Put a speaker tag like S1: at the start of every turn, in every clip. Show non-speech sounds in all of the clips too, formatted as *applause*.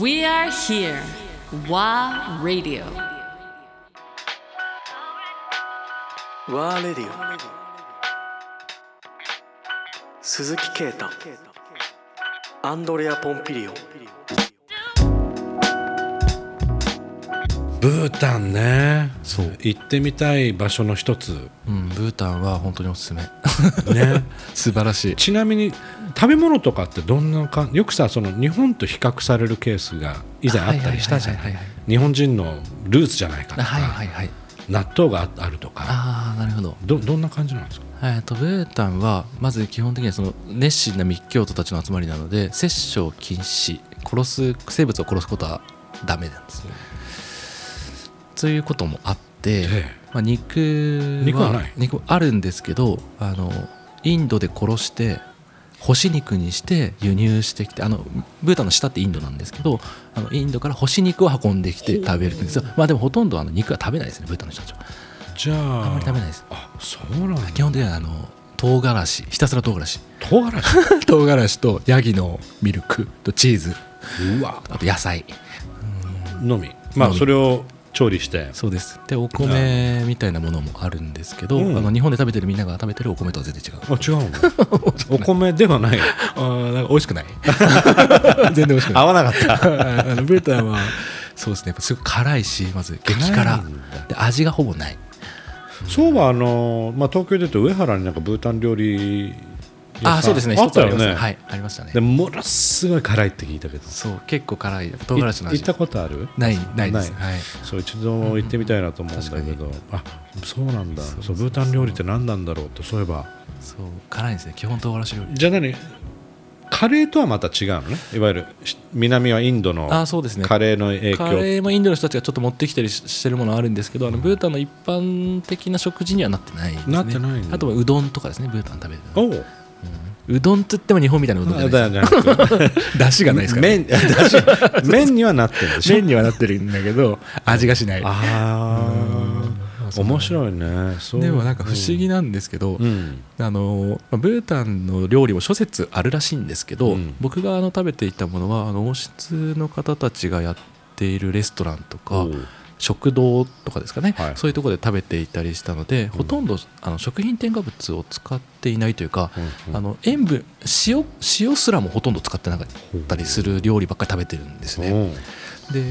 S1: We are here. WA Radio.
S2: ワーレディオ鈴木啓太アンドレア・ポンピリオ
S3: ブータンね
S4: そう
S3: 行ってみたい場所の一つ
S4: うん、ブータンは本当におすすめ *laughs*
S3: ね
S4: 素晴らしい
S3: ちなみに食べ物とかってどんなかよくさその日本と比較されるケースが以前あったりしたじゃな
S4: はい
S3: い
S4: はいはいはい
S3: 日本人のルーツじゃないかとか、
S4: はいはいはい
S3: 納豆があるとか
S4: ああなるほど
S3: どどんな感じなんですか
S4: えっとブータンはまず基本的にはその熱心な密教徒たちの集まりなので殺生禁止殺す生物を殺すことはダメなんですねということもあって、
S3: ええ
S4: まあ、肉は
S3: 肉はない
S4: 肉あるんですけどあのインドで殺して干し肉にして輸入してきてあのブータンの下ってインドなんですけどあのインドから干し肉を運んできて食べるんですよ、まあ、でもほとんどあの肉は食べないですねブータンの人たちは
S3: じゃあ
S4: あんまり食べないです
S3: あそうなんだ
S4: 基本的にはあの唐辛子ひたすら唐辛子
S3: 唐
S4: *laughs*
S3: 辛子
S4: 唐辛子とヤギのミルクとチーズ
S3: うわ
S4: あと野菜
S3: のみまあ
S4: のみ
S3: それを調理して
S4: そうですでお米みたいなものもあるんですけど、
S3: うん
S4: あの日本で食べてるみんなが食べてるお米とは全然違う
S3: あ違
S4: *laughs*
S3: うんだお米ではない
S4: あーなんか美味しくない *laughs* 全然美味しくない
S3: 合わなかった
S4: あのブータンはそうですねやっぱすごい辛いしまず激
S3: 辛い
S4: 辛
S3: んだ
S4: で味がほぼない
S3: そうはあのー、まあ、東京でいうと上原になんかブータン料理屋さん
S4: あそうですね
S3: あ
S4: 一
S3: っ
S4: つ
S3: た
S4: あり
S3: よ
S4: ました
S3: ね、
S4: ねはいありましたね
S3: でものすごい辛いって聞いたけど
S4: そう結構辛い唐辛子
S3: い
S4: の
S3: 行
S4: 味
S3: ったことある
S4: ないないです
S3: ない
S4: はい
S3: そう一度行ってみたいなと思うんだけど、あそうなんだそうブータン料理って何なんだろうとそういえば
S4: そう辛いんですね基本唐辛子料理
S3: じゃあ何カレーとはまた違うのねいわゆるし南はインドの
S4: あそうですね
S3: カレーの影
S4: カ
S3: 響
S4: レーもインドの人たちがちょっと持ってきたりししてるものはあるんですけどあのブータンの一般的な食事にはなってないですね
S3: なってないんだ
S4: あとはうどんとかですねブータン食べる
S3: おう
S4: うどんって言っても日本みたいなうどんじゃ
S3: あだ
S4: ない
S3: よ
S4: で
S3: じゃなくて
S4: *laughs* す出汁がないですから、
S3: 麺
S4: ね、
S3: *laughs* だし麺にはなってるでしょ
S4: 麺にはなってるんだけど味がしない
S3: ああ面白いねそう
S4: でもなんか不思議なんですけど、
S3: うん
S4: あのまあブータンの料理も諸説あるらしいんですけど、
S3: うん
S4: 僕があの食べていたものはあの王室の方たちがやっているレストランとか
S3: おう
S4: 食堂とかですかね、
S3: はい
S4: そういうところで食べていたりしたので、ほとんどあの食品添加物を使っていないというか、
S3: うんうん
S4: あの塩分塩塩すらもほとんど使ってなかったりする料理ばっかり食べてるんですね。
S3: うん
S4: で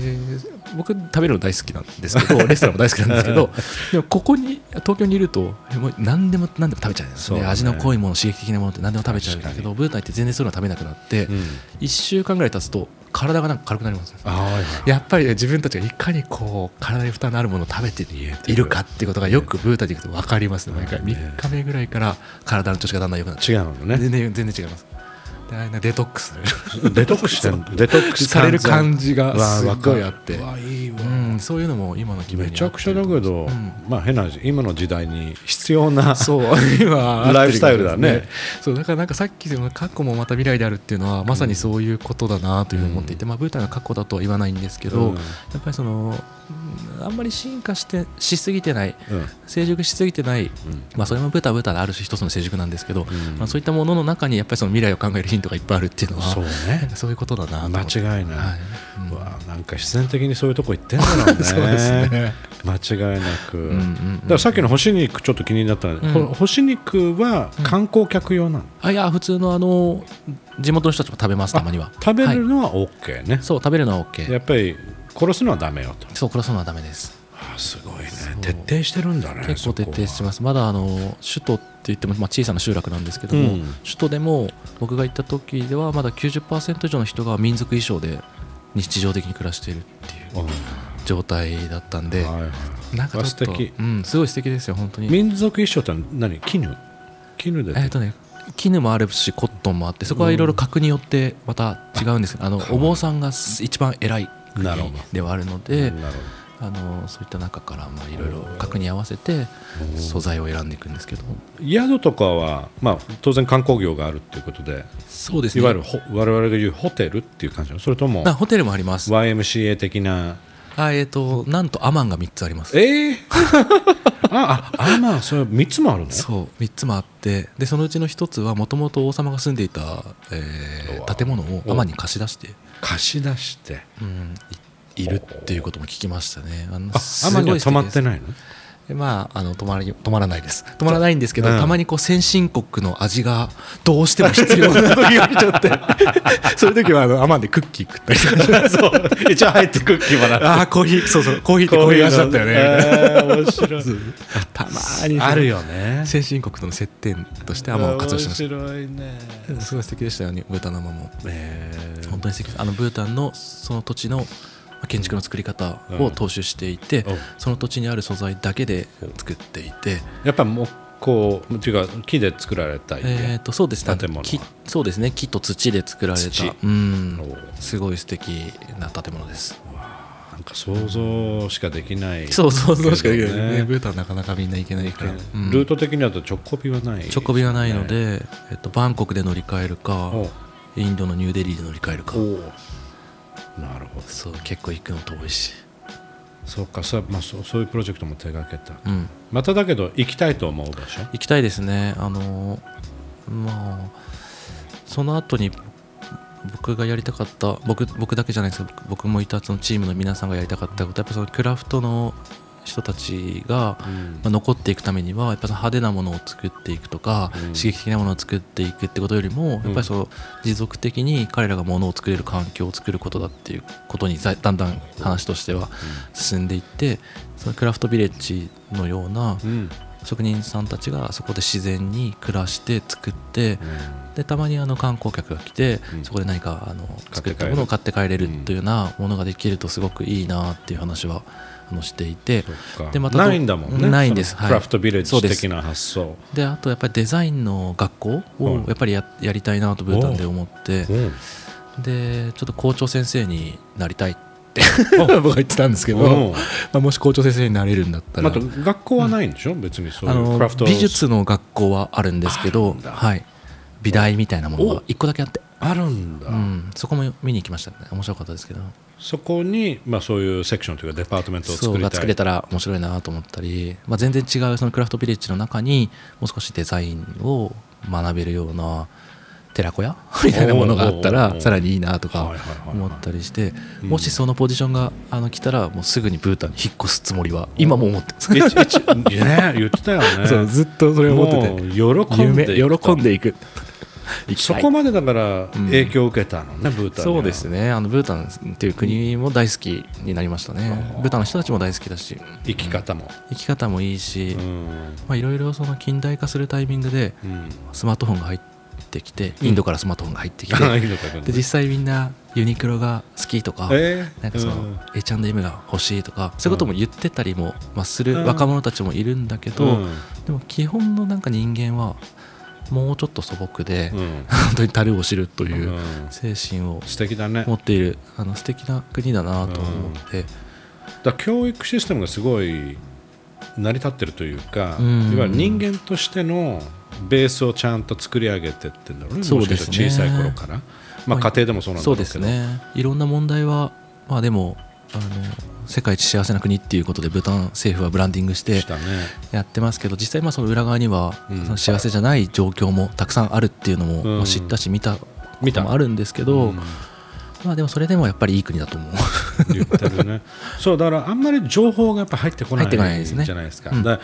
S4: 僕食べるの大好きなんですけど
S3: *laughs*
S4: レストランも大好きなんですけどでもここに東京にいるともう何でも何でも食べちゃうんです
S3: そう
S4: ね
S3: だね
S4: 味の濃いもの刺激的なものって何でも食べちゃうんだけ
S3: 確か
S4: どブータン行って全然そういうの食べなくなって、
S3: うん
S4: 1週間ぐらい経つと体がなんか軽くなりますね
S3: ああはいはい
S4: やっぱりね自分たちがいかにこう体に負担のあるものを食べているかっていうことがよくブータンに行くと分かりますね毎回
S3: ね
S4: 3日目ぐらいから体の調子がだんだん良くなって
S3: 違うのね
S4: 全然全然違いますであれねデトッ *laughs* クス
S3: デトックスしてんデトックス
S4: される感
S3: じ
S4: じがすっごいあって
S3: わいいわ
S4: うん、そういうのも今の気分
S3: め
S4: に
S3: ち
S4: 合
S3: ゃ
S4: って
S3: く
S4: る
S3: ちゃだけど、
S4: うん
S3: まあ変な話今の時代に必要な *laughs*
S4: そう今
S3: ライフスタイルだね
S4: そうだからなんかさっきの過去もまた未来であるっていうのはまさにそういうことだなというふうに思っていて、まあ、ブータンが過去だとは言わないんですけど、
S3: うん
S4: やっぱりそのうんあんまり進化してしすぎてない
S3: うん
S4: 成熟しすぎてない、まあ、それもブータンはブータンである種一つの成熟なんですけど、
S3: ん
S4: まあ、そういったものの中にやっぱりその未来を考えるヒントがいっぱいあるっていうのは
S3: そうね
S4: そういうことだなと思
S3: 間
S4: って
S3: 違いない、
S4: はいうん
S3: うわなんか必然的にそういうとこ行ってんだろうね
S4: *laughs* そうですね
S3: 間違いなく、
S4: んうんうん
S3: だからさっきの干し肉ちょっと気になったので、
S4: うん
S3: ほ干し肉は観光客用なの、
S4: あいや普通のあの地元の人たちも食べますたまには
S3: 食べ
S4: はい
S3: るのは OK ね、
S4: そう食べるのは OK
S3: やっぱり殺すのはダメよと
S4: そう殺すのはダメです
S3: あすごいね徹底してるんだね
S4: 結構徹底して
S3: ま
S4: ますまだあの首都って言っても、まあ、小さな集落なんですけども、
S3: うん
S4: 首都でも僕が行った時ではまだ90%以上の人が民族衣装で日常的に暮らしているっていう状態だったんで、
S3: はいはい
S4: なんかちょっと
S3: 素敵
S4: うん、すごい素敵ですよ本当に
S3: 民族衣装って何絹絹で、
S4: えっ、とね絹もあるしコットンもあってそこはいろいろ格によってまた違うんですけど、あのお坊さんが一番偉い国
S3: なるほど
S4: ではあるので
S3: なるほど
S4: あのそういった中からまあいろいろ格に合わせて素材を選んでいくんですけど
S3: 宿とかは、まあ、当然観光業があるっていうことで
S4: そうです
S3: い
S4: ね
S3: わゆるほ我々が言うホテルっていう感じなのそれとも
S4: なホテルもあります
S3: YMCA 的な
S4: あえっ、となんとアマンが3つあります
S3: えー、 *laughs* あああまあそれ3つもあるの
S4: そう3つもあってでそのうちの1つはもともと王様が住んでいた、えー
S3: うわ
S4: 建物を
S3: お
S4: 天に貸し出して、
S3: 貸し出して
S4: うんいいるっていうことも聞きましたねあの
S3: あ
S4: すご
S3: 天には泊まって
S4: い素敵
S3: ないの
S4: ですでまああの泊まり泊まらないです泊まらないんですけど、
S3: うん
S4: たまにこう先進国の味がどうしても必要な時が来ちゃって *laughs* そういう時はあのアマンでクッキー食ったりとか
S3: そう一応入ってクッキーもら
S4: *laughs* ああコーヒーそうそうコーヒーってこういう味だったよねみたいな
S3: ね面白い
S4: たまーに *laughs*
S3: あるよね
S4: 先進国との接点としてアマンを活用してまし
S3: 白いね
S4: たすごい素敵でしたよねブータンのアマンも
S3: え
S4: 本当に素敵ですあのブータンのその土地のまあ建築の作り方を踏襲していて、
S3: うん
S4: その土地にある素材だけで作っていて、
S3: やっぱ木工っていうか木で作られた家、
S4: えー、とそうですね
S3: 建物は
S4: 木そうですね木と土で作られ
S3: 土
S4: たう
S3: お
S4: ん
S3: う
S4: すごい素敵な建物です
S3: なんか想像しかできない
S4: そうそうそうしか言えないね
S3: ね
S4: ブータンなかなかみんな行けないから、うん
S3: ルート的にだと直行便はない
S4: 直行便はないので、えっと、バンコクで乗り換えるか
S3: おう
S4: インドのニューデリーで乗り換えるか
S3: おうなるほど
S4: そう結構行くの遠いし、
S3: そうかそう,、まあ、そうそういうプロジェクトも手がけた
S4: うん、
S3: まただけど行きたいと思うでしょ
S4: 行きたいですねあのまあその後に僕がやりたかった僕僕だけじゃないですけど僕もいたそのチームの皆さんがやりたかったことやっぱそのクラフトの人たちが、
S3: うん
S4: まあ、残っていくためにはやっぱその派手なものを作っていくとか、
S3: うん
S4: 刺激的なものを作っていくってことよりも、やっぱりその持続的に彼らがものを作れる環境を作ることだっていうことにざだんだん話としては進んでいってそのクラフトビレッジのような
S3: うん
S4: 職人さんたちがそこで自然に暮らして作って
S3: うん
S4: でたまにあの観光客が来て、
S3: うん
S4: そこで何かあの
S3: る
S4: 作ったものを買って帰れるというようなものができるとすごくいいなっていう話はあのしていて
S3: そっか
S4: でまたど
S3: ないんだもんね
S4: ないんです
S3: その
S4: はい
S3: クラフトビレッ
S4: そう
S3: ジ
S4: です
S3: 的な発想
S4: であとやっぱりデザインの学校
S3: は
S4: を
S3: い
S4: やっぱりややりたいなとブータンで思って
S3: うん
S4: でちょっと校長先生になりたいって *laughs* 僕は言ってたんですけど、
S3: うん
S4: まあ、もし校長先生になれるんだったら
S3: また学校はないんでしょ、別にそう
S4: あ
S3: いうクラ
S4: の
S3: フト
S4: 美術の学校はあるんですけ
S3: あ
S4: ど
S3: るん、だ
S4: はい、美大みたいなもの
S3: お
S4: が一個だけあって、
S3: あるんだ、
S4: うん、そこも見に行きましたね面白かったですけど
S3: そこに、まあ、そういうセクションというかデパートメントを
S4: そ
S3: 作
S4: う
S3: りた
S4: が
S3: い
S4: 作れたら面白いなと思ったり、まあ、全然違うそのクラフトビレッジの中にもう少しデザインを学べるような寺子屋みたいなものがあった
S3: おうおうお
S4: ら
S3: う
S4: さらにいいなと
S3: は
S4: か
S3: いはいはいはい
S4: 思ったりして
S3: うん
S4: もしそのポジションがあの来たらもうすぐにブータンに引っ越すつもりは今も思ってます。
S3: いちいちね言ってたよね
S4: *laughs* そうずっとそれを思ってて
S3: もう喜ん
S4: 夢
S3: でいくと
S4: 喜んで
S3: *laughs*
S4: いく行き
S3: そ
S4: たい
S3: こまでだから影響を受けたのね、ブータンには
S4: そうですねあのブータンっていう国も大好きになりましたねブータンの人たちも大好きだし
S3: 生き方も、
S4: 生き方もいいし、
S3: うん
S4: まあ、いろいろその近代化するタイミングで
S3: うん、
S4: スマートフォンが入ってきてインドからスマートフォンが入って
S3: *laughs*
S4: きて、
S3: あいいのか
S4: で実際みんなユニクロが好きとか、
S3: えー
S4: なんかその、
S3: うん
S4: H&M が欲しいとかそういうことも言ってたりも、まあ、す
S3: うん
S4: る若者たちもいるんだけど、
S3: うん
S4: でも基本のなんか人間はもうちょっと素朴で、
S3: う
S4: *laughs* 本当に樽を知るとい
S3: ん、う、
S4: うん精神を
S3: 素敵だね
S4: 持っているあの素敵な国だなと思って、
S3: だから教育システムがすごい成り立ってるというか、
S4: うん
S3: いわゆる人間としてのベースをちゃんと作り上げてってんだろうね
S4: そうですね
S3: もしかしたら小さい頃から、まあ、家庭でもそうなんだろ
S4: そうう
S3: けど
S4: ですねいろんな問題はまあでもあの世界一幸せな国っていうことでブータン政府はブランディングして
S3: したね
S4: やってますけど実際まあその裏側には、
S3: うん
S4: その幸せじゃない状況もたくさんあるっていうのも、
S3: うん
S4: まあ知ったし見たこ
S3: 見
S4: と
S3: た
S4: もあるんですけど、
S3: うん
S4: まあでもそれでもやっぱりいい国だと思う
S3: 言ってる
S4: *laughs*
S3: ねそうだからあんまり情報がやっぱ入ってこない
S4: 入ってこないですね
S3: じゃないですか,、
S4: うん
S3: だ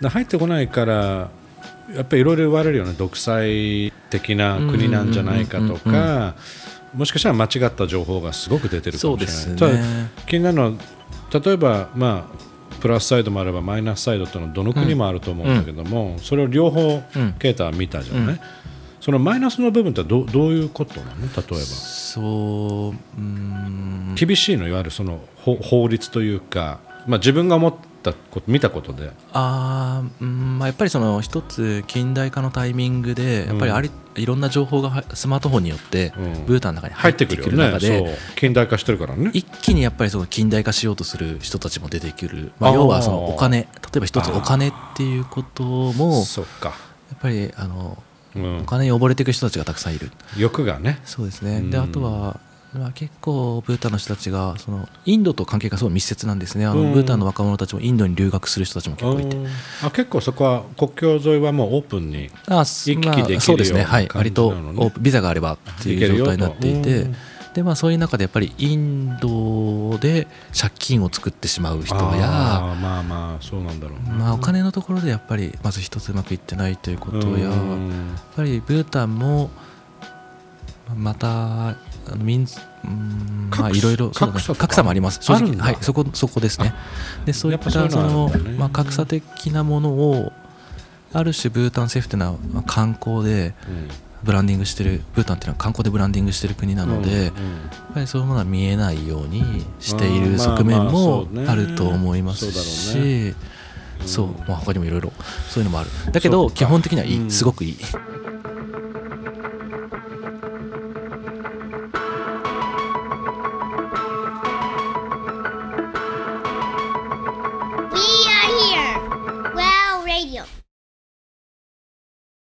S3: だ入ってこないからやっぱりいろいろ言われるよね独裁的な国なんじゃないかと
S4: うんうんうんう
S3: かもしかしたら間違った情報がすごく出てるかもしれない
S4: そうですね
S3: ただ気になるのは例えば、まあ、プラスサイドもあればマイナスサイドっていうのはどの国もあると思うんだけども、それを両方
S4: うん
S3: 啓太は見たじゃない、そのマイナスの部分ってどうどういうことなの例えば。
S4: そううん
S3: 厳しいのいわゆるその法法律というか、まあ、自分が思ったこと見たことで、
S4: あーうんまあ、やっぱりその一つ近代化のタイミングでやっぱりあり、いろんな情報がはスマートフォンによって
S3: うん
S4: ブータンの中に
S3: 入
S4: 入
S3: っ
S4: ってて
S3: く
S4: く
S3: るよ
S4: る中
S3: ね
S4: で、
S3: そう近代化してるからね
S4: 一気にやっぱりその近代化しようとする人たちも出てくる、まあ、
S3: あー
S4: 要はそのお金例えば一つお金っていうことも
S3: そっか、
S4: やっぱりあの
S3: う
S4: お
S3: ん、
S4: 金に溺れていく人たちがたくさんいる
S3: 欲がね
S4: そうですね
S3: うん
S4: であとはまあ、結構ブータンの人たちがそのインドと関係がすごい密接なんですねあの、
S3: うん
S4: ブータンの若者たちもインドに留学する人たちも結構いて、
S3: うんあ結構そこは国境沿いはもうオープンに
S4: あす
S3: 行き来できるような
S4: そうですねはい
S3: 感じ
S4: 割
S3: なの
S4: と
S3: ね
S4: オープンビザがあればって
S3: 行
S4: い
S3: ける
S4: う
S3: よ
S4: 状
S3: と
S4: 態になっていて
S3: うん
S4: でまあそういう中でやっぱりインドで借金を作ってしまう人や
S3: あーまあまあそうなんだろうな
S4: まあ、お金のところでやっぱりまず一つうまくいってないということや、
S3: うん
S4: やっぱりブータンもまたあの民族うんまあ
S3: 格差
S4: いろいろそうだ
S3: 格差と
S4: ね
S3: か
S4: 格差もあります正
S3: ある
S4: 直
S3: んだ
S4: はいそこそこですねでそういっ
S3: やっぱそうい
S4: た
S3: う
S4: そ
S3: の
S4: の
S3: あるんだね
S4: まあ格差的なものをある種ブータン政府というのは観光で
S3: うん
S4: ブランディングしてるブータンっていうのは観光でブランディングしてる国なので、
S3: うんうん
S4: やっぱりそういうものは見えないようにしてい
S3: うん
S4: る
S3: まあ
S4: 側面
S3: まあ
S4: も
S3: そうね
S4: あると思います
S3: そうだろう
S4: しそうまあ他にもいろいろそういうのもあるだけど
S3: そうか
S4: 基本的にはいい、
S3: うん
S4: すごくいい